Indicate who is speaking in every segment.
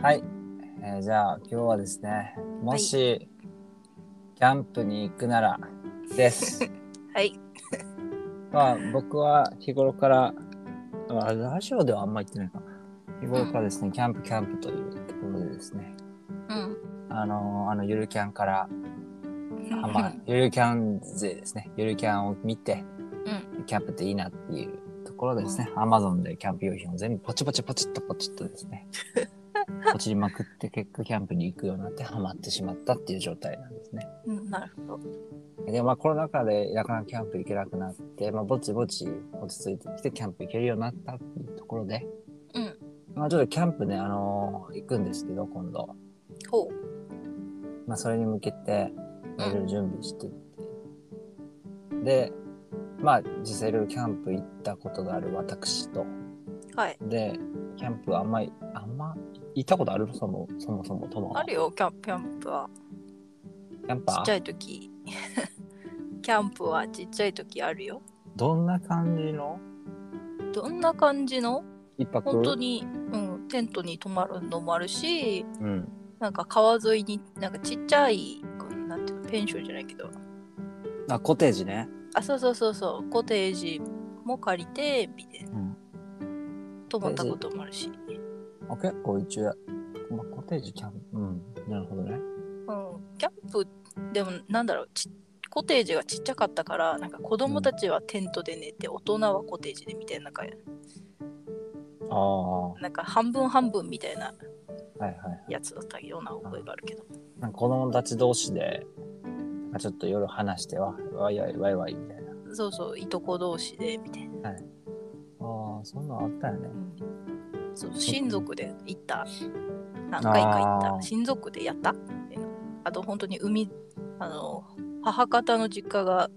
Speaker 1: はい、えーじゃあ今日はですねもし、キャンプに行くならです。
Speaker 2: はい。
Speaker 1: まあ僕は日頃から、まあ、ラジオではあんま言ってないか日頃からですね、キャンプキャンプというところでですね
Speaker 2: うん。
Speaker 1: あのーあのゆるキャンからあまあ、ゆるキャン勢ですね。ゆるキャンを見て、キャンプっていいなっていうところでですね、アマゾンでキャンプ用品を全部ポチポチポチっとポチっとですね、ポチりまくって結果キャンプに行くようになってハマってしまったっていう状態なんですね。
Speaker 2: うん、なるほど。
Speaker 1: で、まあコロナ禍でなかなかキャンプ行けなくなって、まあぼちぼち落ち着いてきてキャンプ行けるようになったっていうところで、
Speaker 2: うん。
Speaker 1: まあちょっとキャンプね、あのー行くんですけど、今度。
Speaker 2: ほ
Speaker 1: まあ、それに向けて、まあいろいろ準備してって、で、まあ、実際いろいろキャンプ行ったことがある私と、
Speaker 2: う。はい。
Speaker 1: で、キャンプはあんまり、あんま、行ったことあるそもそもそも、とも。
Speaker 2: あるよ、キャンプキャンプは。
Speaker 1: キャン
Speaker 2: ちっ
Speaker 1: パ
Speaker 2: ちゃ
Speaker 1: ー
Speaker 2: い時。 キャンプはちっちゃい時あるよ。
Speaker 1: どんな感じの
Speaker 2: どんな感じの
Speaker 1: 一泊
Speaker 2: 本当に、うん、テントに泊まるのもあるし、
Speaker 1: うん。
Speaker 2: なんか川沿いに、なんかちっちゃい、こうなんていうの、ペンションじゃないけど。
Speaker 1: あ、コテージね。
Speaker 2: あ、そうそうそうそう、コテージも借りて、みたいな
Speaker 1: うん。
Speaker 2: 泊まったこともあるし。
Speaker 1: あ結構一応、まあ、コテージキャンプ。うん。なるほどね。
Speaker 2: うん、キャンプでもなんだろうちコテージがちっちゃかったからなんか子供たちはテントで寝て、大人はコテージでみたいななんか
Speaker 1: ああ、は
Speaker 2: なんか半分半分みたいない
Speaker 1: はい。
Speaker 2: やつだったような覚えがあるけど、
Speaker 1: なんか子供たち同士で、なんかちょっと夜話してわ、わいわいわいわいみたいな。
Speaker 2: そうそういとこ同士でみたいな、
Speaker 1: ああ、そんなのあったよね。
Speaker 2: そう親族で行った何回か行
Speaker 1: あ
Speaker 2: った
Speaker 1: ー
Speaker 2: 親族でやったみたいなあと本当に海あの母方の実家が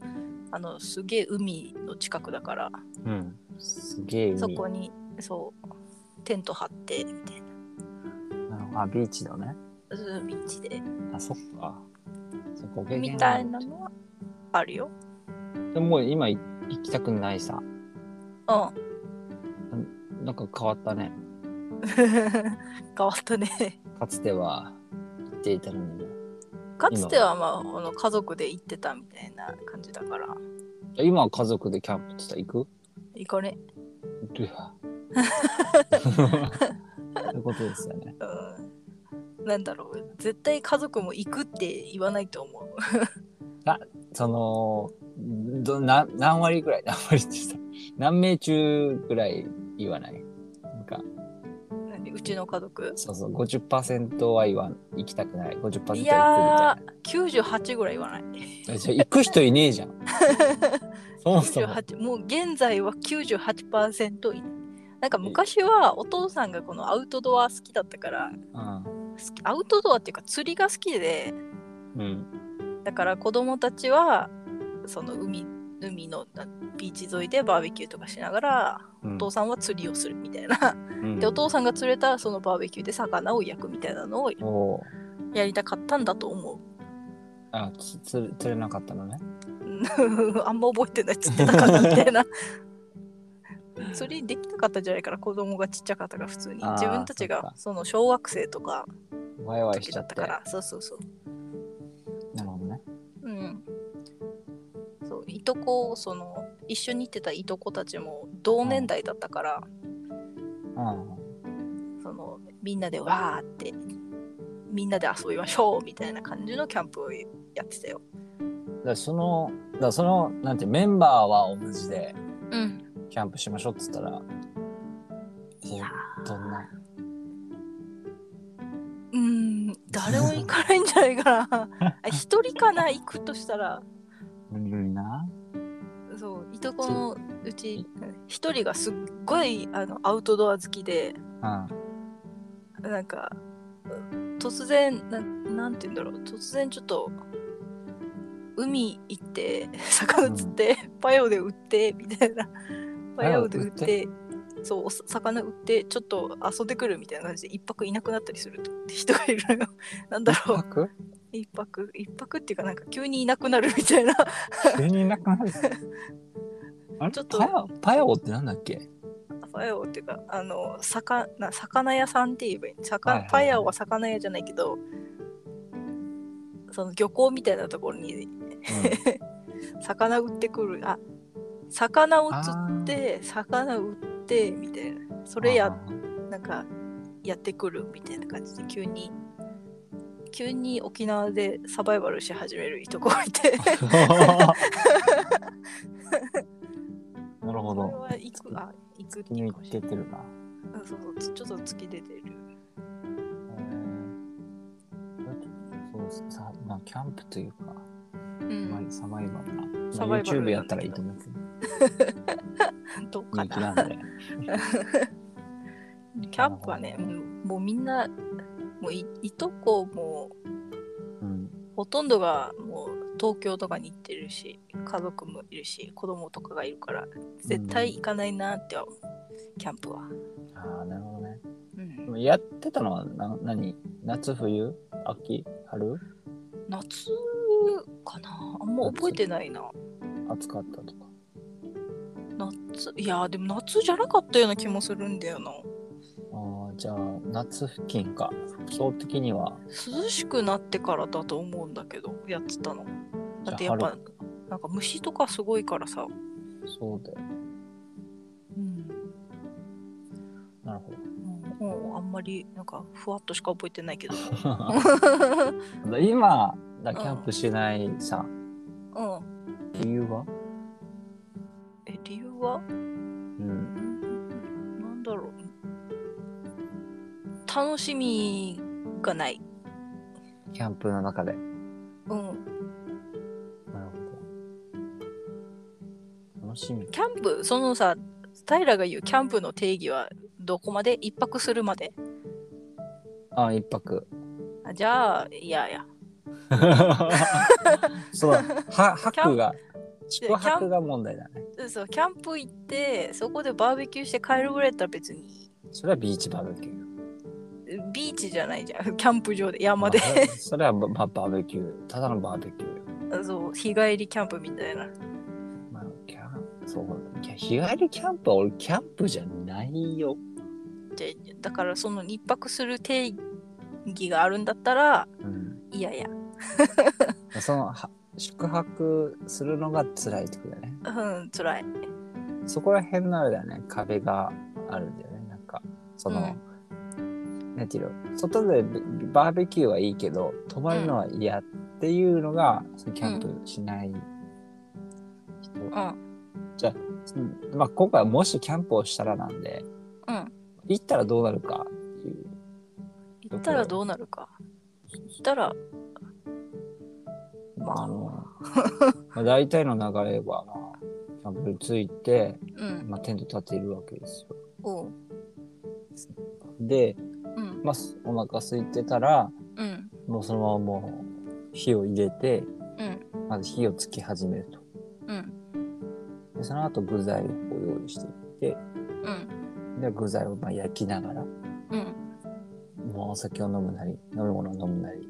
Speaker 2: あのすげえ海の近くだから
Speaker 1: うん。すげえ海。
Speaker 2: そこにそうテント張ってみたいな。
Speaker 1: あ、ビーチだね。
Speaker 2: 海地で
Speaker 1: あ、そっか。そこ経験
Speaker 2: みたいなのはあるよ。
Speaker 1: でももう今い行きたくないさ。
Speaker 2: うん。
Speaker 1: なんか変わったね。
Speaker 2: 変わったね。
Speaker 1: かつては行っていたのにも。
Speaker 2: かつてはまああの家族で行ってたみたいな感じだから
Speaker 1: 今は家族でキャンプってさ、行く
Speaker 2: 行かね。
Speaker 1: うわそういうことですよね。
Speaker 2: うん。なんだろう絶対家族も行くって言わないと思う。
Speaker 1: その、どな何割ぐらい何割ってさ、何名中ぐらい言わないなんか、
Speaker 2: 何うちの家族
Speaker 1: そうそう、50%は言わん行きたくない。50%は行くみ
Speaker 2: い
Speaker 1: たいな
Speaker 2: や。ー98ぐらい言わない。
Speaker 1: えじゃあ行く人いねえじゃ ん。そもそも。
Speaker 2: 98もう現在は98%いない。なんか昔はお父さんがこのアウトドア好きだったから好きアウトドアっていうか釣りが好きで
Speaker 1: うん。うん。
Speaker 2: だから子供たちはその海海のなビーチ沿いでバーベキューとかしながら
Speaker 1: う
Speaker 2: お
Speaker 1: ん
Speaker 2: 父さんは釣りをするみたいな、
Speaker 1: うん
Speaker 2: でお父さんが釣れたらそのバーベキューで魚を焼くみたいなのを
Speaker 1: おー
Speaker 2: やりたかったんだと思う
Speaker 1: あ、つ釣れ釣れなかったのね。
Speaker 2: あんま覚えてない釣ってなかったみたいな 釣りできなかったんじゃないから子供がちっちゃかったから普通に
Speaker 1: あー
Speaker 2: 自分たち
Speaker 1: そっ
Speaker 2: が
Speaker 1: か
Speaker 2: その小学生とか
Speaker 1: ワイワイし
Speaker 2: 時
Speaker 1: ちゃ
Speaker 2: だ
Speaker 1: っ
Speaker 2: った
Speaker 1: て。
Speaker 2: か
Speaker 1: な
Speaker 2: らそうそうそう
Speaker 1: るほどね。
Speaker 2: うん、そういとこその一緒に行ってたいとこたちも同年代だったから、
Speaker 1: う
Speaker 2: そのみんなでわーってみんなで遊びましょうみたいな感じのキャンプをやってたよ。
Speaker 1: ん。だからその、だからその、なんてメンバーは同じで、
Speaker 2: うん。
Speaker 1: キャンプしましょうって言ったら、
Speaker 2: いや
Speaker 1: どんな。
Speaker 2: ーうん誰も行かないんじゃないか な。あ一人かな行くとしたら
Speaker 1: 無理な。
Speaker 2: そういとこのうちうん一人がすっごいあのアウトドア好きで。なんかうん突然ななんて言うんだろう突然ちょっと海行って 魚釣って、パヨで売ってみたいなパヨで売ってそうお魚売ってちょっと遊んでくるみたいな感じで一泊いなくなったりする人がいるのよ なんだ
Speaker 1: うん。
Speaker 2: ろう
Speaker 1: 泊
Speaker 2: 一泊一泊っていうかなんか急にいなくなるみたいな
Speaker 1: 急にいなくなる。あれ
Speaker 2: ち
Speaker 1: ち
Speaker 2: ょ
Speaker 1: ょっ
Speaker 2: っと
Speaker 1: とパヤパヤオってなんだっけ
Speaker 2: パパヤオっていうかあの魚な魚屋さんって言えばいい魚、
Speaker 1: はいはいはい
Speaker 2: パヤオは魚屋じゃないけどその漁港みたいなところに魚売ってくるあ魚を釣って魚売ってみたいなそ
Speaker 1: こ
Speaker 2: れやなんかやってくるみたいな感じで急に急に沖縄でサバイバルし始めるいとこがいて
Speaker 1: なるほ
Speaker 2: こ
Speaker 1: ど。
Speaker 2: れは行くあ行くってい
Speaker 1: 君
Speaker 2: う
Speaker 1: 行
Speaker 2: かも
Speaker 1: っ
Speaker 2: して
Speaker 1: っ
Speaker 2: れない
Speaker 1: てるな。
Speaker 2: あそうそうつちょっと突き出て
Speaker 1: え
Speaker 2: る
Speaker 1: ーそうですさ、まあ、キャンプというか、
Speaker 2: うん、
Speaker 1: まあサバイバルな。
Speaker 2: サ
Speaker 1: ま
Speaker 2: バ
Speaker 1: あ、
Speaker 2: イバル
Speaker 1: YouTube やったらいいと思うけど、
Speaker 2: どうか
Speaker 1: 人気な
Speaker 2: なん
Speaker 1: で。
Speaker 2: キャンプはねうんもうみんなもういいとこも
Speaker 1: うん。
Speaker 2: ほとんどがもう東京とかに行ってるし家族もいるし子供とかがいるから絶対行かないなって思う、キャンプは、
Speaker 1: ああ、なるほどね。
Speaker 2: うん
Speaker 1: でもやってたのはな何夏、冬、秋、春
Speaker 2: 夏かなあんま覚えてないな
Speaker 1: 暑かったとか。
Speaker 2: 夏いやでも夏じゃなかったような気もするんだよな
Speaker 1: ああ、じゃあ、夏付近か。服装的には、
Speaker 2: 涼しくなってからだと思うんだけどやってたのだってやっ
Speaker 1: じゃあ
Speaker 2: ぱなんか虫とかすごいからさ、
Speaker 1: そうだよ。
Speaker 2: うん、
Speaker 1: なるほど。
Speaker 2: もうあんまりなんかふわっとしか覚えてないけど
Speaker 1: 今、だキャンプしないさ、
Speaker 2: うん
Speaker 1: 理由は
Speaker 2: え理由は
Speaker 1: うん。
Speaker 2: うんなんだろう楽しみがない
Speaker 1: キャンプの中で。
Speaker 2: うん
Speaker 1: なるほど。楽しみ。
Speaker 2: キャンプそのさ平が言うキャンプの定義はどこまで一泊するまで
Speaker 1: あ、一 泊。
Speaker 2: あじゃあいやいや
Speaker 1: そうだ。は、泊が、
Speaker 2: キャン
Speaker 1: 宿泊が問題だね。
Speaker 2: そうそうキャンプ行ってそこでバーベキューして帰るぐらいだったら別に
Speaker 1: それはビーチバーベキュー。
Speaker 2: ビーチじゃないじゃん キャンプ場で山で
Speaker 1: あそれそれはバババーベキュー。ただのバーベキューよ。
Speaker 2: そう日帰りキャンプみたいな
Speaker 1: まあ、キャンプ、そう。キャ日帰りキャンプは俺、キャンプじゃないよ。
Speaker 2: でだからその一泊する定義があるんだったら
Speaker 1: うん。
Speaker 2: いやいや、
Speaker 1: その、は宿泊するのが辛いってことだね。
Speaker 2: うん、辛い
Speaker 1: そこら辺のあれだよね、壁があるんだよね。なんか、その、なんていうの、外でビバーベキューはいいけど、泊まるのは嫌っていうのが、そのキャンプしない人。
Speaker 2: うん
Speaker 1: そのまあ、今回はもしキャンプをしたらなんで、
Speaker 2: うん
Speaker 1: 行ったらどうなるかっていう。
Speaker 2: 行ったらどうなるか行ったらまあ
Speaker 1: の、まあ大体の流れは、まあ、キャンプに着いて、
Speaker 2: うん
Speaker 1: まあ、テント立てるわけですよ。
Speaker 2: おう
Speaker 1: で、
Speaker 2: うん
Speaker 1: まあ、すお腹空いてたら、
Speaker 2: うん
Speaker 1: もうそのままもう火を入れて、
Speaker 2: うん
Speaker 1: まず火をつき始めると。
Speaker 2: うん
Speaker 1: でその後具材を用意していって、
Speaker 2: うん
Speaker 1: で具材をまあ焼きながら、
Speaker 2: うん
Speaker 1: もうお酒を飲むなり、飲み物を飲むなり、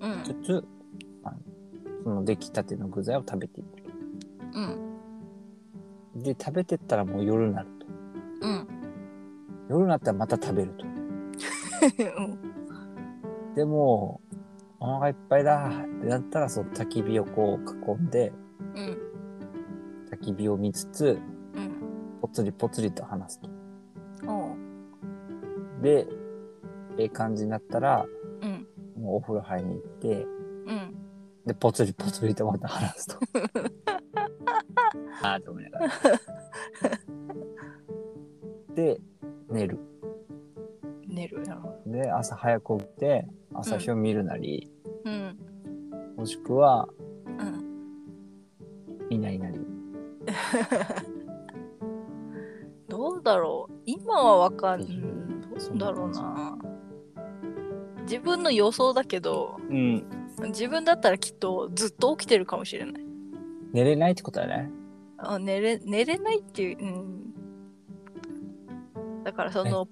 Speaker 2: うん
Speaker 1: つつ、まあ、その出来たての具材を食べていく
Speaker 2: うん
Speaker 1: と。で、食べてったらもう夜になると。
Speaker 2: うん
Speaker 1: 夜になったらまた食べると。でもう、お腹いっぱいだってなったら、その焚き火をこう囲んで、
Speaker 2: うん
Speaker 1: 焚き火を見つつ、
Speaker 2: うん
Speaker 1: ぽつりぽつりと話すと。
Speaker 2: おう
Speaker 1: で、ええ感じになったら、
Speaker 2: うん
Speaker 1: もうお風呂入りに行って、
Speaker 2: うん
Speaker 1: で、ぽつりぽつりとまた話すと。 ああ、と思いながら。 で、寝る。
Speaker 2: 寝るなるほど
Speaker 1: で、朝早く起きて、朝日を見るなり、
Speaker 2: うん
Speaker 1: もしくは、
Speaker 2: うん
Speaker 1: いないなり。
Speaker 2: どうだろう今はわかん
Speaker 1: う
Speaker 2: どうだろうな自分の予想だけど
Speaker 1: うん。
Speaker 2: 自分だったらきっとずっと起きてるかもしれない
Speaker 1: 寝れないってことだ ね。
Speaker 2: あ寝れ寝れないっていう、うん、だからその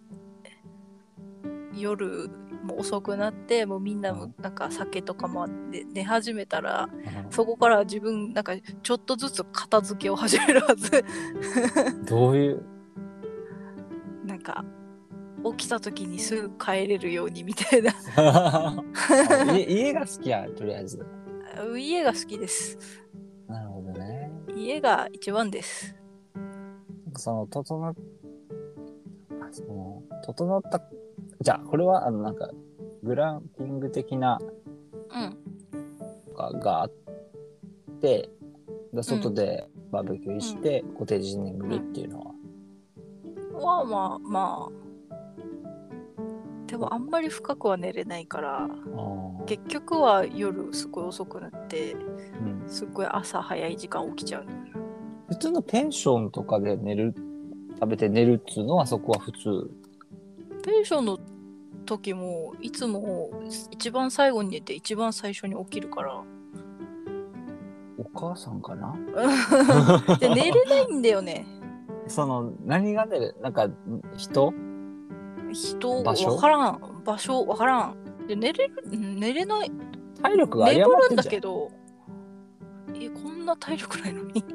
Speaker 2: 夜もう遅くなってもうみんな
Speaker 1: う
Speaker 2: も
Speaker 1: ん
Speaker 2: なんか酒とかもあって寝始めたらそこから自分なんかち ょっとずつ片付けを始めるはず
Speaker 1: どういう、
Speaker 2: なんか起きた時にすぐ帰れるようにみたいな
Speaker 1: 家家が好きや、とりあえず。
Speaker 2: 家が好きです
Speaker 1: なるほどね。
Speaker 2: 家が一番です
Speaker 1: その、整っ、あその、整った、じゃあ、これは、あの、なんか、グランピング的な、
Speaker 2: うん
Speaker 1: ががあって、で外でバーベキューして、コテージに眠るっていうのは。
Speaker 2: はまあまあでもあんまり深くは寝れないから
Speaker 1: あー
Speaker 2: 結局は夜すごい遅くなって
Speaker 1: うん
Speaker 2: すごい朝早い時間起きちゃう
Speaker 1: 普通のペンションとかで寝る、食べて寝るっつうのは、そこは普通。
Speaker 2: ペンションの時もいつも一番最後に寝て一番最初に起きるから
Speaker 1: お母さんかな
Speaker 2: で寝れないんだよね
Speaker 1: その、何が出る、なんか、人
Speaker 2: 人
Speaker 1: 場所
Speaker 2: わからん場所わからんで寝れるうん寝れない
Speaker 1: 体力が有り
Speaker 2: 眠
Speaker 1: 余って
Speaker 2: る
Speaker 1: ん
Speaker 2: んだ
Speaker 1: じゃん
Speaker 2: けどえこんな体力ないのに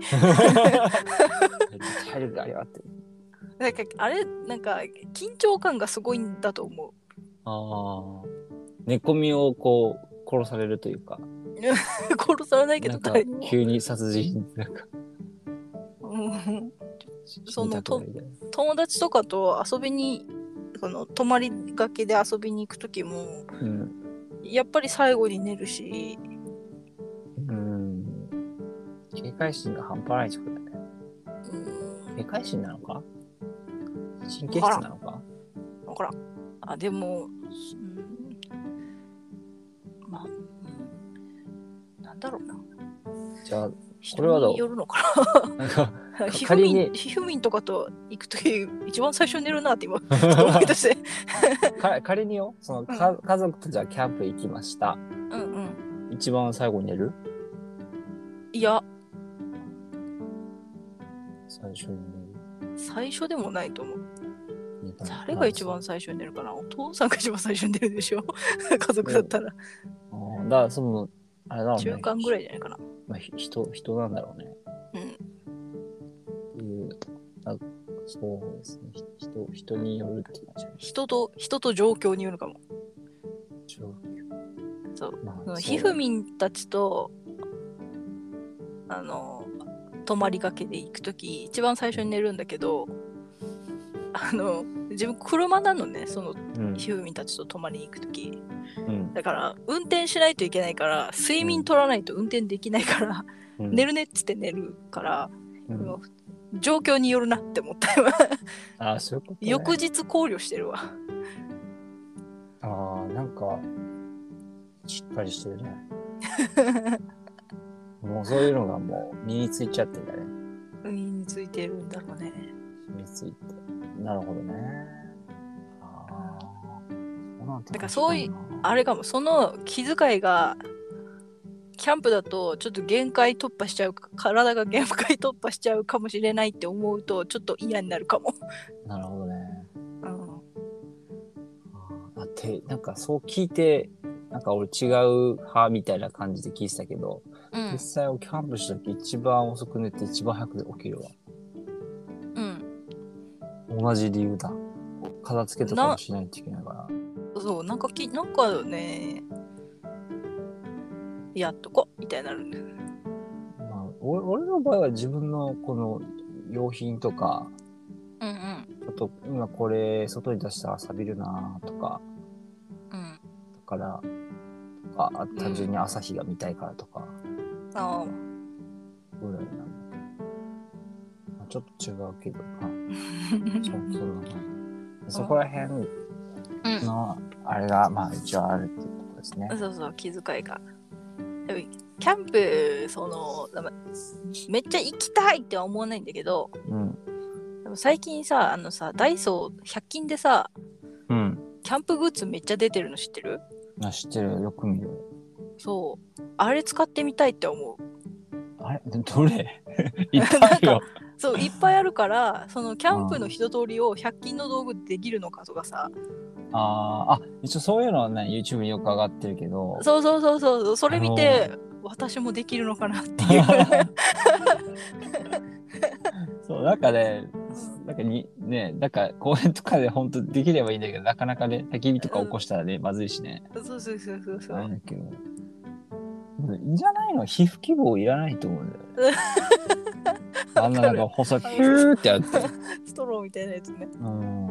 Speaker 1: 体力が有り余ってる。
Speaker 2: なんかあれなんか緊張感がすごいんだと思
Speaker 1: ああ。寝込みをこう、殺されるというか、
Speaker 2: う 殺されないけ
Speaker 1: な
Speaker 2: ど
Speaker 1: んか
Speaker 2: 誰にも
Speaker 1: 急に殺人、なんか、
Speaker 2: うんその
Speaker 1: 死にたくなるみたいな
Speaker 2: 友達とかと遊びにこの泊まりがけで遊びに行く時も
Speaker 1: うん。
Speaker 2: やっぱり最後に寝るし
Speaker 1: うん。警戒心が半端ないってことだね。
Speaker 2: うん
Speaker 1: 警戒心なのか神経質なのか
Speaker 2: だからんあでも、うん、まあ、うん、なんだろうな
Speaker 1: じゃあ、こ
Speaker 2: 人
Speaker 1: れはどう
Speaker 2: によるのか
Speaker 1: なんか、
Speaker 2: な
Speaker 1: か
Speaker 2: ひふ
Speaker 1: 仮
Speaker 2: み
Speaker 1: に
Speaker 2: んひふみんとかと行く時一番最初に寝るなっ て今思い出して
Speaker 1: か 仮によ、その、か家族とじゃあキャンプ行きました。
Speaker 2: うんうん
Speaker 1: 一番最後に寝る
Speaker 2: いや
Speaker 1: 最初に寝る。
Speaker 2: 最初でもないと思う
Speaker 1: 寝たの
Speaker 2: 誰が一番最初に寝るかなお父さんが一番最初に寝るでしょ 家族だったら
Speaker 1: あーだから、その、あれだろうね。
Speaker 2: 中間ぐらいじゃないかな
Speaker 1: まあ、ひ人、人なんだろうね。
Speaker 2: うん
Speaker 1: っていう、あそうですね。ひ人、人によるって感じ
Speaker 2: 人と人と状況によるかも
Speaker 1: 状況。
Speaker 2: そう。
Speaker 1: まあ
Speaker 2: その
Speaker 1: う
Speaker 2: ひふみんたちとあの泊まりがけで行く時一番最初に寝るんだけどあの自分車なのねその
Speaker 1: うん。
Speaker 2: ひふみんたちと泊まりに行く時
Speaker 1: うん
Speaker 2: だから運転しないといけないから睡眠取らないと運転できないから、
Speaker 1: うん
Speaker 2: 寝るねっつって寝るから、
Speaker 1: うん
Speaker 2: もう状況によるなって思った今
Speaker 1: ああ、そういうこと、ね。
Speaker 2: 翌日考慮してるわ
Speaker 1: ああ、なんか、しっかりしてるね。 もうそういうのがもう身についちゃってんだね。
Speaker 2: 身についてるんだろうね
Speaker 1: 身について。なるほどね。ああ。そうなんて
Speaker 2: だからそうい
Speaker 1: 確かにな
Speaker 2: あれかもその気遣いがキャンプだとちょっと限界突破しちゃうか体が限界突破しちゃうかもしれないって思うとちょっと嫌になるかも、
Speaker 1: なるほどね。
Speaker 2: うん、
Speaker 1: あてなんかそう聞いてなんか俺違う派みたいな感じで聞いてたけど、
Speaker 2: うん
Speaker 1: 実際をキャンプした時一番遅く寝て一番早く起きるわ
Speaker 2: うん
Speaker 1: 同じ理由だ片付けとかもしないといけないから
Speaker 2: そうなんかきなんかねやっとこみたいになるんだよね
Speaker 1: まあ、俺俺の場合は自分のこの用品とか
Speaker 2: うん
Speaker 1: ちょっと今これ外に出したら錆びるなとか
Speaker 2: うんうん
Speaker 1: だからとかあ単純に朝日が見たいからとか
Speaker 2: あ
Speaker 1: ぐらいなんだけど、まあちょっと違うけどなそ
Speaker 2: ー
Speaker 1: そんな感じ。そこら辺
Speaker 2: うん
Speaker 1: のあれが、まあ一応あるっていうことですね。
Speaker 2: そうそう気遣いがでもキャンプそのなんかめっちゃ行きたいっては思わないんだけど、
Speaker 1: うん。
Speaker 2: でも最近さあのさダイソー100均でさ
Speaker 1: うん。
Speaker 2: キャンプグッズめっちゃ出てるの知ってる
Speaker 1: あ知ってるよく見る。
Speaker 2: そうあれ使ってみたいって思う
Speaker 1: あれど れいっぱいあるよ。
Speaker 2: そういっぱいあるからそのキャンプの一通りを100均の道具でできるのかとかさ
Speaker 1: あーあ、一応そういうのはね、YouTube によく上がってるけど、
Speaker 2: そうそうそうそうそれ見て、私もでき るのかなっていう
Speaker 1: そう、なんかね、なんかに、ね、なんか公園とかで本当できればいいんだけど、なかなかね、焚き火とか起こしたらね、まずいしね。
Speaker 2: そうそうそうそうそ
Speaker 1: な
Speaker 2: うん
Speaker 1: だけど。いらないのは皮膚希望いらないと思うんだ よね。あんななんか細い、ピューってやって。
Speaker 2: ストローみたいなやつね
Speaker 1: うん。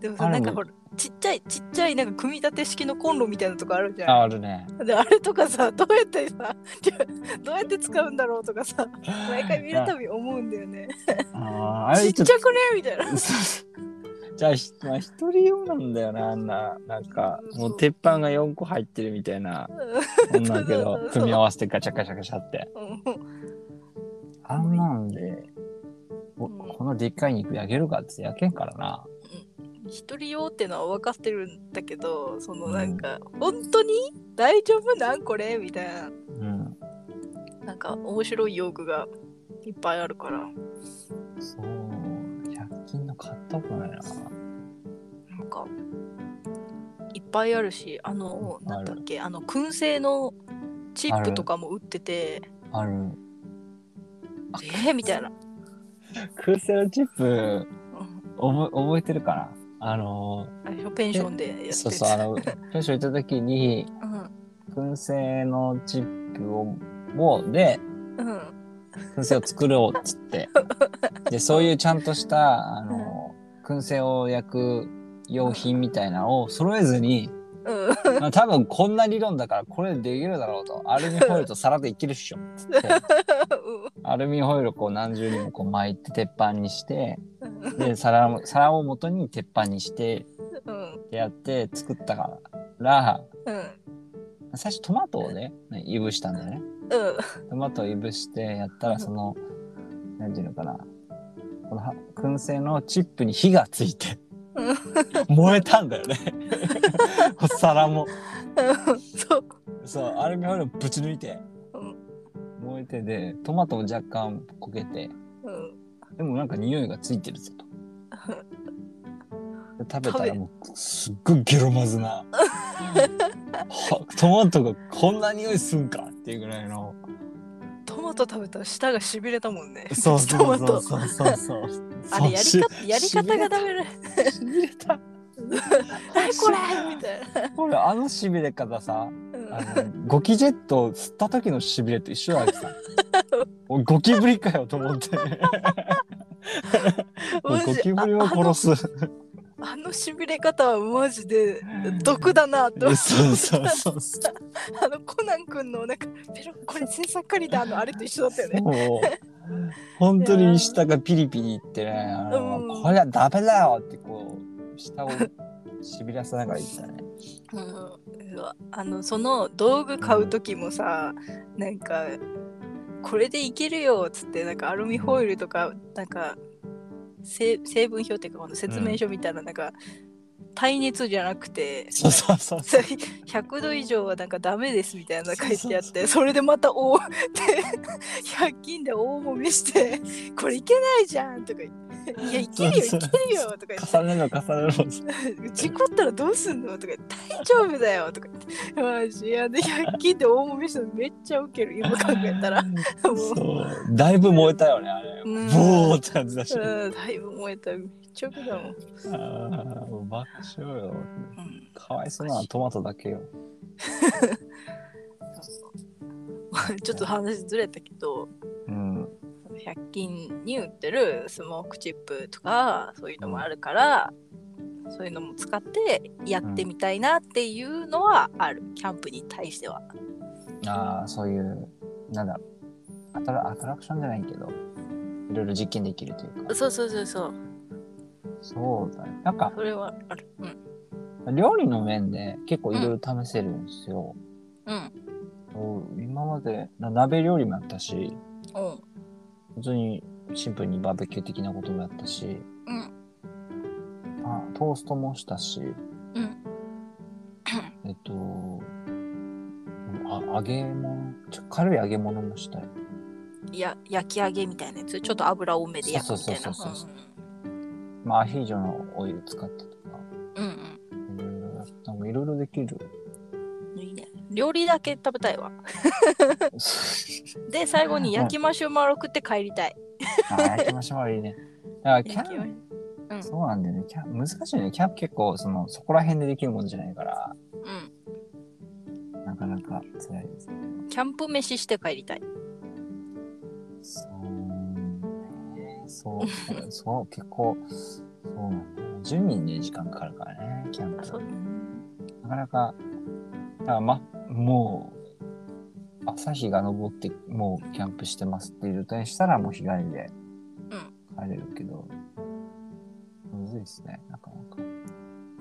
Speaker 2: でもさ
Speaker 1: あれ
Speaker 2: なん
Speaker 1: も
Speaker 2: かほらちっちゃいちっちゃいなんか組み立て式のコンロみたいなとこあるじゃん
Speaker 1: ああるね。
Speaker 2: であれとかさどうやってさ どうやって使うんだろうとかさ毎回見るたび思うんだよね
Speaker 1: ああ、あ
Speaker 2: ち
Speaker 1: れ
Speaker 2: っ
Speaker 1: ちょっ
Speaker 2: ちゃくねみたいな
Speaker 1: と。そうそう じゃあ、ひまあ、一人用なんだよな、あんな、なんか、もう鉄板が4個入ってるみたいな、そんなんだけ
Speaker 2: そうそ
Speaker 1: ど
Speaker 2: うそう、
Speaker 1: 組み合わせてガチャガチャガチャって。
Speaker 2: うん
Speaker 1: あんなんで、お
Speaker 2: うん
Speaker 1: このでっかい肉焼けるかって焼けんからな。
Speaker 2: 一人用ってのは分かってるんだけどそのなんか本当に大丈夫なんこれみたいな
Speaker 1: うん。
Speaker 2: なんか面白い用具がいっぱいあるから
Speaker 1: そう、100均の買ったことないな。
Speaker 2: なんかいっぱいあるしあの
Speaker 1: あ
Speaker 2: なん
Speaker 1: る
Speaker 2: だっけあの燻製のチップとかも売ってて
Speaker 1: ある。
Speaker 2: えー、みたいな、
Speaker 1: クーセルチップ、
Speaker 2: うん
Speaker 1: 覚え覚えてるかなあの、
Speaker 2: あれでしょペンションでやってる
Speaker 1: そうそう、あの、最初行った時に、
Speaker 2: うん
Speaker 1: 燻製のチップを、もう、で、
Speaker 2: うん
Speaker 1: 燻製を作ろうっつって。で、そういうちゃんとした、あの、燻製を焼く用品みたいなのを揃えずに、
Speaker 2: うん
Speaker 1: まあ、多分こんな理論だからこれできるだろうと。アルミホイルと皿でいけるっしょ。つって、アルミホイルをこう何重にもこう巻いて鉄板にして、
Speaker 2: うん
Speaker 1: で、皿も皿を元に鉄板にして、
Speaker 2: うん
Speaker 1: やって作ったから、
Speaker 2: うん
Speaker 1: 最初トマトをね、ねいぶしたんだよね。
Speaker 2: うん
Speaker 1: トマトをいぶしてやった
Speaker 2: うん
Speaker 1: ら、その、なんていうのかな。このは燻製のチップに火がついて
Speaker 2: うん、
Speaker 1: 燃えたんだよね。お皿も。
Speaker 2: そう
Speaker 1: そう、アルミホイルをぶち抜いて
Speaker 2: うん。
Speaker 1: 燃えてで、トマトも若干焦げて、
Speaker 2: うん
Speaker 1: でもなんか匂いがついてるぞと。で食べたらもう、すっごいゲロまずな。はトマトがこんな匂いすんかっていうぐらいの。
Speaker 2: トマト食べたら舌がしびれたもんね
Speaker 1: そうそう
Speaker 2: ト
Speaker 1: そうそ
Speaker 2: マト
Speaker 1: うそうそう。
Speaker 2: あれやり
Speaker 1: そう
Speaker 2: かやり方がダメだ
Speaker 1: ししびれた。
Speaker 2: 何これみたいな
Speaker 1: ほら、あのしびれ方さ、
Speaker 2: うん
Speaker 1: あの、ゴキジェットを吸った時のしびれと一緒だ けさ。おいゴキブリかよと思って。おいゴキブリを殺す。
Speaker 2: あのしびれ方はマジで毒だなと
Speaker 1: そうそうそうそ
Speaker 2: あのコナン君のなんかペロこれ制作狩りだあのあれと一緒だったよ
Speaker 1: う。
Speaker 2: ね。
Speaker 1: もう、本当に下がピリピリいってね、あの
Speaker 2: うん
Speaker 1: これはダメだよってこう、下をしびらせながら言ってたね。
Speaker 2: うん、うわあのその道具買う時もさ、なんかこれでいけるよっつってなんかアルミホイルとかなんか成成分表っていうかこの説明書みたいななんか耐熱じゃなくて。
Speaker 1: そうそうそう。
Speaker 2: そう100度以上はなんかダメですみたいなの書いてあってそれでまた大で100均で大揉めして「これいけないじゃん」とか言って「いやいけるよいけ
Speaker 1: そうそう
Speaker 2: るよ」とか言って
Speaker 1: 重ねろ重ねろ。
Speaker 2: 事故ったらどうすんのとか言って大丈夫だよとか言ってマジいやで100均で大揉めしたのめっちゃウケる今考えたらもう、
Speaker 1: そう。だいぶ燃えたよね、あれ。
Speaker 2: うん
Speaker 1: ボーって感じだし。
Speaker 2: うん、だいぶ燃えためっちゃウケたもん、
Speaker 1: あーもう爆笑よ。
Speaker 2: うん、
Speaker 1: かわいそうなトマトだけよ。
Speaker 2: ちょっと話ずれたけど
Speaker 1: うん。
Speaker 2: 100均に売ってるスモークチップとかそういうのもあるから、そういうのも使ってやってみたいなっていうのはある、キャンプに対しては。
Speaker 1: ああ、そういう、なんだろうアトラ、アトラクションじゃないけど、いろいろ実験できるというか。
Speaker 2: そうそうそうそう
Speaker 1: そうだね。なんか、
Speaker 2: それはある。うん
Speaker 1: 料理の面で結構いろいろ試せるんですよ。
Speaker 2: うん
Speaker 1: こう今まで、な鍋料理もやったし、
Speaker 2: うん
Speaker 1: 普通にシンプルにバーベキュー的なこともやったし、
Speaker 2: うん
Speaker 1: あトーストもしたし、
Speaker 2: うん
Speaker 1: えっと、あ揚げ物、ちょ軽い揚げ物もしたい。
Speaker 2: や焼き上げみたいなやつちょっと油多めで焼くみたいな。
Speaker 1: そうそうそうまあ、アヒージョのオイル使ってとか、
Speaker 2: うんうん
Speaker 1: いろいろやった。いろいろでき る。
Speaker 2: うんいいね料理だけ食べたいわ。
Speaker 1: あ
Speaker 2: で最後に焼きマシュマロ食って帰りたい。
Speaker 1: ー、焼きましょう、いいね。からキ
Speaker 2: 行き
Speaker 1: ャ
Speaker 2: ま
Speaker 1: ンプ、
Speaker 2: うん
Speaker 1: そうなんだよね。キャン難しいよね。キャンプ結構、その、そこら辺でできるものじゃないから、
Speaker 2: う
Speaker 1: なかなか辛いです。
Speaker 2: ん。キャンプ飯して帰りたい。
Speaker 1: そうね。そう、そう、結構、そうなんだよね。準備にね時間かかるからね、キャン
Speaker 2: あ、そう
Speaker 1: プ。。なかなか、だからま、もう、朝日が昇って、もうキャンプしてますっていう状態にしたら、もう日帰りで帰れるけど、むずいですね、なかなか。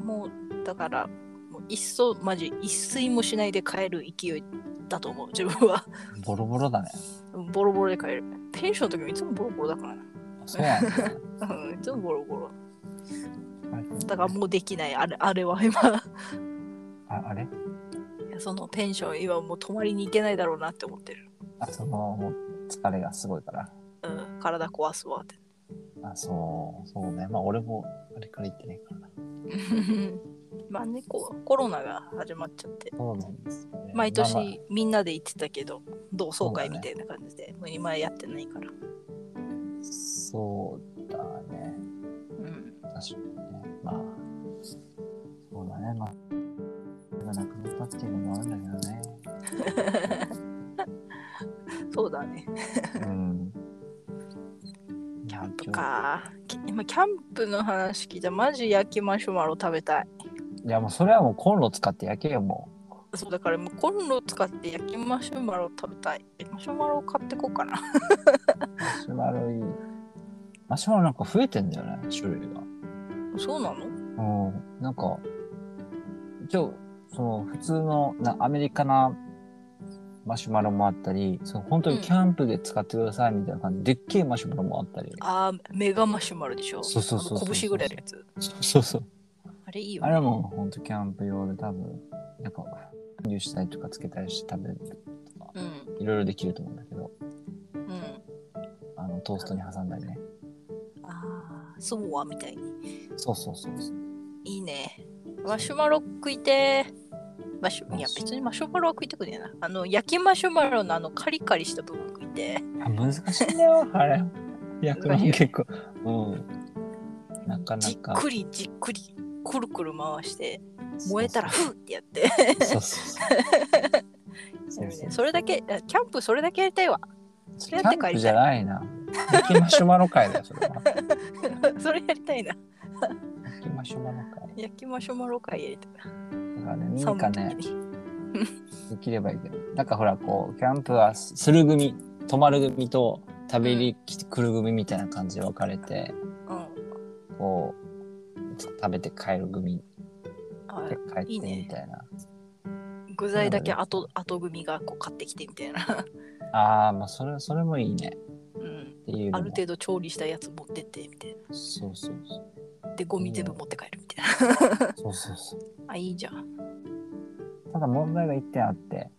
Speaker 2: もう、だから、もう一層、マジ、一睡もしないで帰る勢いだと思う、自分は。
Speaker 1: ボロボロだね。
Speaker 2: うんボロボロで帰る。ペンションの時もいつもボロボロだから
Speaker 1: そうなんだ。
Speaker 2: な。うん、いつもボロボロ。 だからもうできない、あれあれは今。
Speaker 1: ああれ
Speaker 2: いやそのペンション、今もう泊まりに行けないだろうなって思ってる。
Speaker 1: あそのもう疲れがすごいから。
Speaker 2: うん、体壊すわって。
Speaker 1: あ、そう、そうね。まあ俺もあれから行ってないからな。
Speaker 2: まあねこうコロナが始まっちゃって
Speaker 1: そうなんですよね。
Speaker 2: 毎
Speaker 1: まあま
Speaker 2: 年みんなで行ってたけど同窓会みたいな感じで、もう今やってないから、
Speaker 1: あそうだね。
Speaker 2: うん、
Speaker 1: 確かにね。まあ、そうだね。まあ、それがなくなったっていうのもあるんだけどね。
Speaker 2: そうだね
Speaker 1: うん。キ
Speaker 2: キャンプ。かき今キャンプの話聞いたマジ焼きマシュマロ食べたい
Speaker 1: いやもうそれはもうコンロ使って焼けよ、も
Speaker 2: そうだからもうコンロ使って焼きマシュマロ食べたいえマシュマロ買ってこうかな
Speaker 1: う。マシュマロいい。マシュマロなんか増えてんだよね、種類が。
Speaker 2: そうなの
Speaker 1: うん、なんか、今日、その普通のなアメリカなマシュマロもあったり、その本当にキャンプで使ってくださいみたいな感じ、でっけえマシュマロもあったり。
Speaker 2: あーメガマシュマロでしょ
Speaker 1: そうそうそうそう
Speaker 2: あの拳ぐらいのやつ
Speaker 1: そうそうそう。
Speaker 2: あれいいよ
Speaker 1: あ
Speaker 2: ね
Speaker 1: れはもう本当キャンプ用で多分、なんか、流したりとかつけたりして食べるとか、
Speaker 2: うん
Speaker 1: いろいろできると思うんだけど、
Speaker 2: うん
Speaker 1: あの、トーストに挟んだりね。
Speaker 2: ああそうはみたいに
Speaker 1: そうそうそうそう。
Speaker 2: いいね。マシュマロ食いてー。マシュい
Speaker 1: マ
Speaker 2: や
Speaker 1: シュ
Speaker 2: 別にマシュマロは食いたくねえな。あの焼きマシュマロのあのカリカリした部分食いてー。
Speaker 1: あ難しいんだよ、あ れ。焼くのも結構。うん。なかな
Speaker 2: じっ
Speaker 1: か。
Speaker 2: くりじっくりくるくる回して燃えたらふーってやって。
Speaker 1: そうそうそう。
Speaker 2: やる ねそれだけあキャンプそれだけやりたいわ。
Speaker 1: キ
Speaker 2: れやって
Speaker 1: ャ
Speaker 2: 帰りた
Speaker 1: ン
Speaker 2: い
Speaker 1: プじゃないな。焼きマシュマロ会だよ、それは。
Speaker 2: それやりたいな。
Speaker 1: 焼きマシュマロ会。
Speaker 2: 焼きマシュマロ会やりたい
Speaker 1: だからね、
Speaker 2: な。
Speaker 1: 民家ね
Speaker 2: 寒、い時に
Speaker 1: できればいいけど。なんかほら、こう、キャンプはすする組、泊まる組と食べに来る組みたいな感じで分かれて、
Speaker 2: うん。
Speaker 1: こう、食べて帰る組
Speaker 2: あ
Speaker 1: で帰っ
Speaker 2: いい
Speaker 1: て
Speaker 2: ね
Speaker 1: みたいな。
Speaker 2: 具材だけ後後組がこう買ってきてみたいな。
Speaker 1: ああ、まあ、それ、それもいいね。
Speaker 2: うん。
Speaker 1: っていう
Speaker 2: あ
Speaker 1: の
Speaker 2: る
Speaker 1: も。
Speaker 2: 程度調理したやつ持ってってみたい
Speaker 1: そうそうそう。
Speaker 2: な。でゴミ全部持って帰るみたいな。
Speaker 1: そうそうそう。
Speaker 2: あいいじゃん。
Speaker 1: ただ問題が一点あって、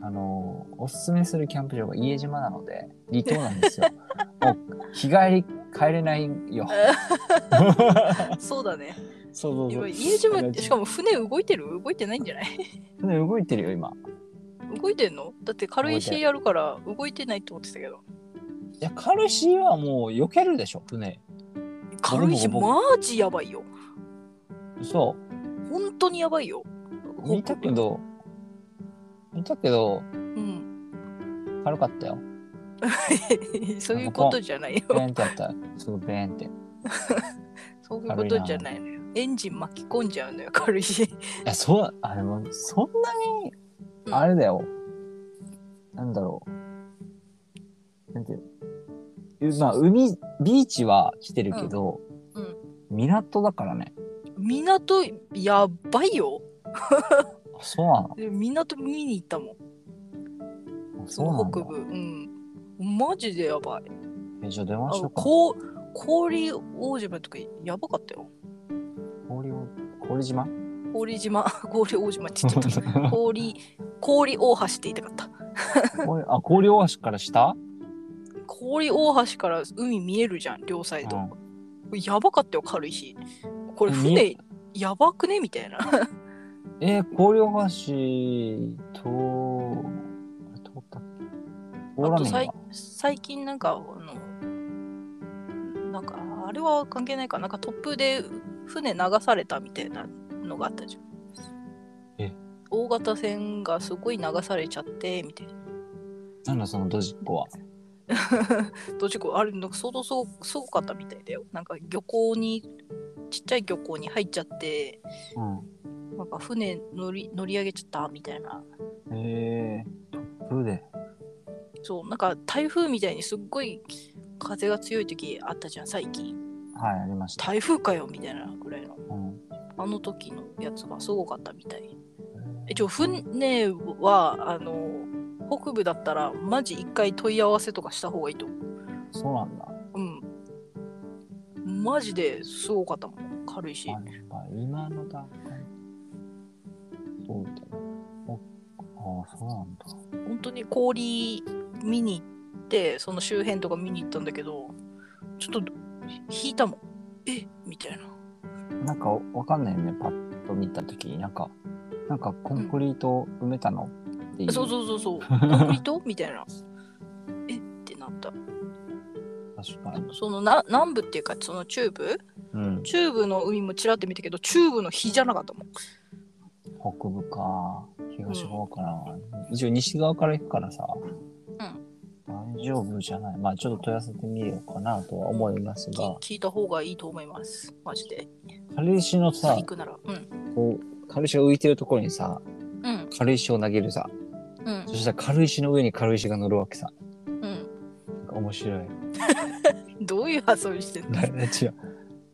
Speaker 1: あのおすすめするキャンプ場が家島なので離島なんです よもう日帰り帰れないよ
Speaker 2: そうだね。
Speaker 1: そうそうそう
Speaker 2: 家島ってしか
Speaker 1: も
Speaker 2: も船動いてる動いてないんじゃない
Speaker 1: 動いてるよ今
Speaker 2: 動いてんのだって
Speaker 1: 動
Speaker 2: 軽
Speaker 1: いてる
Speaker 2: 石やるから動いてないって思ってたけど
Speaker 1: いや軽石はもう避けるでしょ船
Speaker 2: 軽石
Speaker 1: 僕
Speaker 2: マジやばいよ
Speaker 1: そ
Speaker 2: 本当にやばいよ
Speaker 1: う見たけど見たけど
Speaker 2: うん、
Speaker 1: 軽かったよ
Speaker 2: そういうことじゃない
Speaker 1: ベー
Speaker 2: よ
Speaker 1: ンってやったらすぐベーンってい
Speaker 2: そういうことじゃないのよエンジン巻き込んじゃうのよ軽石
Speaker 1: やそうあでもそんなにあれだよ、なんだろうなんていううまあ海ビーチは来てるけど、
Speaker 2: うんうん
Speaker 1: 港だからね
Speaker 2: 港やばいよ
Speaker 1: あそうなの
Speaker 2: で港見に行ったもん
Speaker 1: あ
Speaker 2: そ
Speaker 1: そうな
Speaker 2: の
Speaker 1: んだ
Speaker 2: 北部うんマジでやばい
Speaker 1: えじゃあ電
Speaker 2: あ
Speaker 1: 話しよ
Speaker 2: の
Speaker 1: うか
Speaker 2: こう氷大島とかやばかったよ
Speaker 1: 氷を氷島
Speaker 2: 氷島 氷大島って言っちゃった氷氷大橋って言いたかった
Speaker 1: 氷あ氷大橋から下
Speaker 2: 氷大橋から海見えるじゃん両サイド、
Speaker 1: うん
Speaker 2: これやばかったよ軽いしこれ
Speaker 1: 見
Speaker 2: 船やばくねみたいな
Speaker 1: えー氷大橋とあれ通ったっけ通
Speaker 2: あ
Speaker 1: らねえ
Speaker 2: とさい
Speaker 1: わ
Speaker 2: 最近なんかあのなんかあれは関係ないかなんか突風で船流されたみたいなのがあったじゃん
Speaker 1: え
Speaker 2: 大型船がすごい流されちゃってみたいな
Speaker 1: なんだそのドジっ子は。
Speaker 2: どっちかあれなんか相当すごすごかったみたいだよなんか漁港にちっちゃい漁港に入っちゃって
Speaker 1: う。
Speaker 2: なんか船乗り乗り上げちゃったみたいなん
Speaker 1: ええー。どうで。
Speaker 2: そうなんか台風みたいにすっごい風が強い時あったじゃん最近
Speaker 1: はい、ありました。
Speaker 2: 台風かよみたいなぐらいの
Speaker 1: うん。
Speaker 2: あの時のやつがすごかったみたいえちょ船はあの北部だったらマジ一回問い合わせとかした方がいいと思
Speaker 1: そうなんだ。
Speaker 2: ううんマジですごかったもん軽いし
Speaker 1: やっぱ今の段階。そうだね。おああ、そうなんだ。
Speaker 2: 本当に氷見に行ってその周辺とか見に行ったんだけどちょっと引いたもんえみたいな
Speaker 1: なんかわかんないよね、パッと見たときに、なんか、なんかコンクリート埋めたの、っていう。
Speaker 2: そうそうそうそう コンクリートみたいなえってなった
Speaker 1: 確かに。
Speaker 2: そのな南部っていうかその中部
Speaker 1: うん。
Speaker 2: 中部の海もちらって見たけど中部の日じゃなかったもん
Speaker 1: 北部か、東側から、一応西側から行くからさ。うん。大丈夫じゃない。まあちょっと問い合わせてみようかなとは思います
Speaker 2: き
Speaker 1: が、
Speaker 2: 聞いた方がいいと思いますマジで
Speaker 1: 軽石のさ
Speaker 2: 行、くならうん
Speaker 1: こう、軽石が浮いてるところにさ、
Speaker 2: うん
Speaker 1: 軽石を投げるさ。
Speaker 2: うん
Speaker 1: そしたら軽石の上に軽石が乗るわけさ。
Speaker 2: うん
Speaker 1: なんか面白い。
Speaker 2: どういう遊びしてん の
Speaker 1: 違う。だか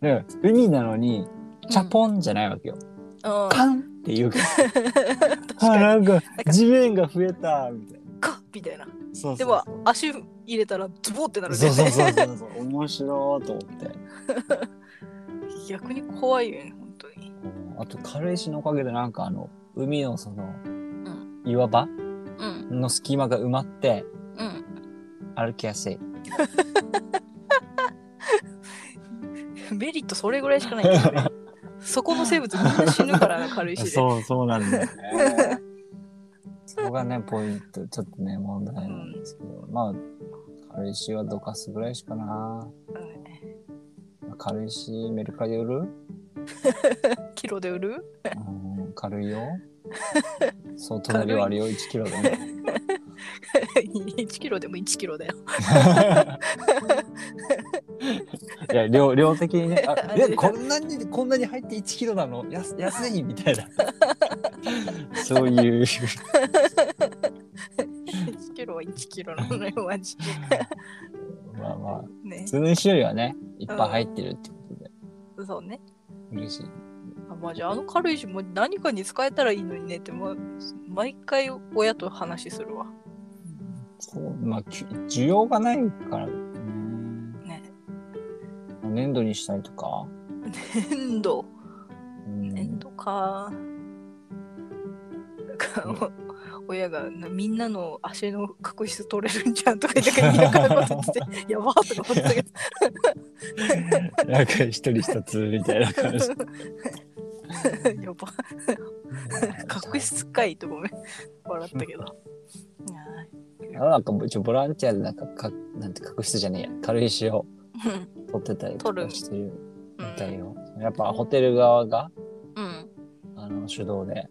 Speaker 1: ら海なのに、チャポンじゃないわけよ。
Speaker 2: うん、うん、
Speaker 1: カンっていうか、
Speaker 2: 確
Speaker 1: あ、
Speaker 2: かに
Speaker 1: なんか地面が増えた、みたいな。
Speaker 2: かみたいな
Speaker 1: そうそうそう
Speaker 2: でも足入れたらズボーってなるんだ
Speaker 1: そう
Speaker 2: よ
Speaker 1: そう
Speaker 2: ね
Speaker 1: そうそうそう。面白いと思って。
Speaker 2: 逆に怖いよね本当に
Speaker 1: あと軽石のおかげでなんかあの海のその、
Speaker 2: ん
Speaker 1: 岩場
Speaker 2: うん
Speaker 1: の隙間が埋まって
Speaker 2: う
Speaker 1: 歩きやすい。
Speaker 2: んメリットそれぐらいしかないんだよ ねそこの生物みんな死ぬから軽いしで、
Speaker 1: うそうなんだよね。 そこがねポイントちょっとね問題なんですけど、まあ軽石はどかすぐらいしかな。
Speaker 2: うん
Speaker 1: 軽石メルカリ売る？
Speaker 2: キロで売る
Speaker 1: うん、軽いよ。そう隣割るよ1キロで ね。
Speaker 2: 1キロでも1キロだよ。
Speaker 1: いや量量的に ね。あえこんなにこんなに入って1キロなの安安いみたいな。 そういう。
Speaker 2: 1キロは1キロなのよ、マジ。
Speaker 1: まあまあ
Speaker 2: ね
Speaker 1: 普、通の石よりはねいっぱい入ってるってことで
Speaker 2: そうね。
Speaker 1: 嬉しい。
Speaker 2: あマジ、あの軽石も何かに使えたらいいのにねって、もう毎回親と話するわ。
Speaker 1: そうまあきゅ需要がないからね。
Speaker 2: ね。
Speaker 1: 粘土にしたりとか。
Speaker 2: 粘土、
Speaker 1: うん
Speaker 2: 粘土か。なんか、お親がなみんなの足の角質取れるんじゃんとか言ってみんなからこと言ってて、やばーとか思ってたけど。
Speaker 1: なんか一人一つみたいな感じ。
Speaker 2: やば。 角質かいとごめん。笑ったけど。いや
Speaker 1: あなんか一応ボランティアでなんかかなんて角質じゃねえや軽石を
Speaker 2: ーうん
Speaker 1: 取ってたりと
Speaker 2: 取
Speaker 1: か
Speaker 2: る
Speaker 1: してるみたい
Speaker 2: うん
Speaker 1: よ、やっぱホテル側が
Speaker 2: うん
Speaker 1: あの手動で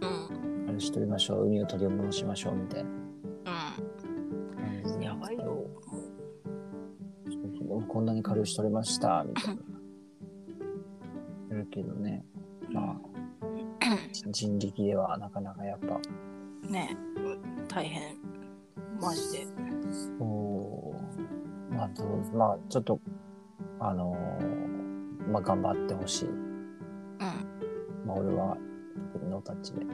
Speaker 2: うん
Speaker 1: 軽石取りましょう海を取り戻しましょうみたいな感じ
Speaker 2: うん
Speaker 1: で
Speaker 2: やばいよ
Speaker 1: こんなに軽石取れましたみ たいなやるけどねまあ人力ではなかなかやっぱ
Speaker 2: ねえ大変マジで
Speaker 1: そうまあどうまあちょっとあのーまあ頑張ってほしい
Speaker 2: うん
Speaker 1: まあ、俺は特にノータッチで。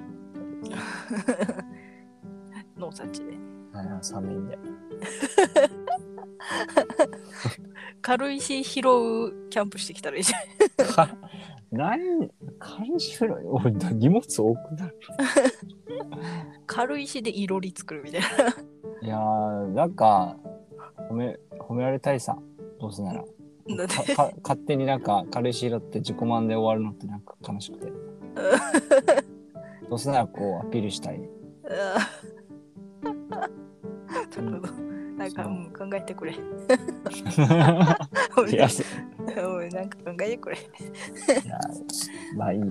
Speaker 2: 脳たちで
Speaker 1: はい、寒いんで。
Speaker 2: 軽石拾うキャンプしてきたらいいじゃん
Speaker 1: か何軽石風呂俺荷物多くなる。
Speaker 2: 軽石でいろり作るみたいない
Speaker 1: やー、なんか、褒め、褒められたいさ。どうせなら。
Speaker 2: だ って
Speaker 1: かか勝手になんか軽石拾って自己満で終わるのってなんか悲しくて。どうせならこうアピールしたい。
Speaker 2: うんなるほどなんか、
Speaker 1: そう
Speaker 2: うん、考えてくれ。
Speaker 1: いや、そ
Speaker 2: おいなんか考えてくれ。
Speaker 1: いやまあいい。はい。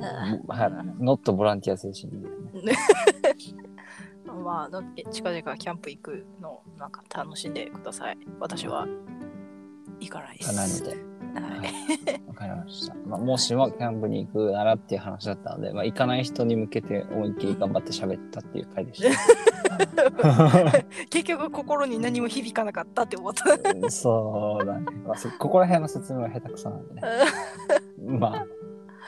Speaker 1: ノットボランティア精神でいいですね。
Speaker 2: まあ、だって近々キャンプ行くのをなんか楽しんでください。私は行かないで
Speaker 1: かなの
Speaker 2: す。
Speaker 1: で。
Speaker 2: はい、
Speaker 1: わかりました。まあ、もしもキャンプに行くならっていう話だったので、まあ、行かない人に向けて思いっきり頑張って喋ったっていう回でした。
Speaker 2: 結局心に何も響かなかったって思った。
Speaker 1: うんそうだね。まあ、そここら辺の説明は下手くそなんでね。まあ、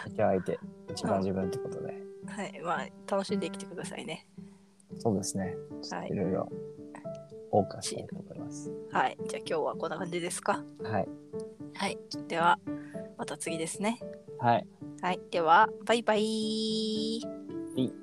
Speaker 1: 相手は相手、一番自分ってことで。
Speaker 2: はい、まあ楽しんできてくださいね。
Speaker 1: そうですね。
Speaker 2: はい
Speaker 1: い、ろいろ、謳歌したいと思います。
Speaker 2: はい、じゃあ今日はこんな感じですか。
Speaker 1: はい。
Speaker 2: はい、ではまた次ですね。
Speaker 1: はい。
Speaker 2: はい、ではバイバイ。
Speaker 1: いい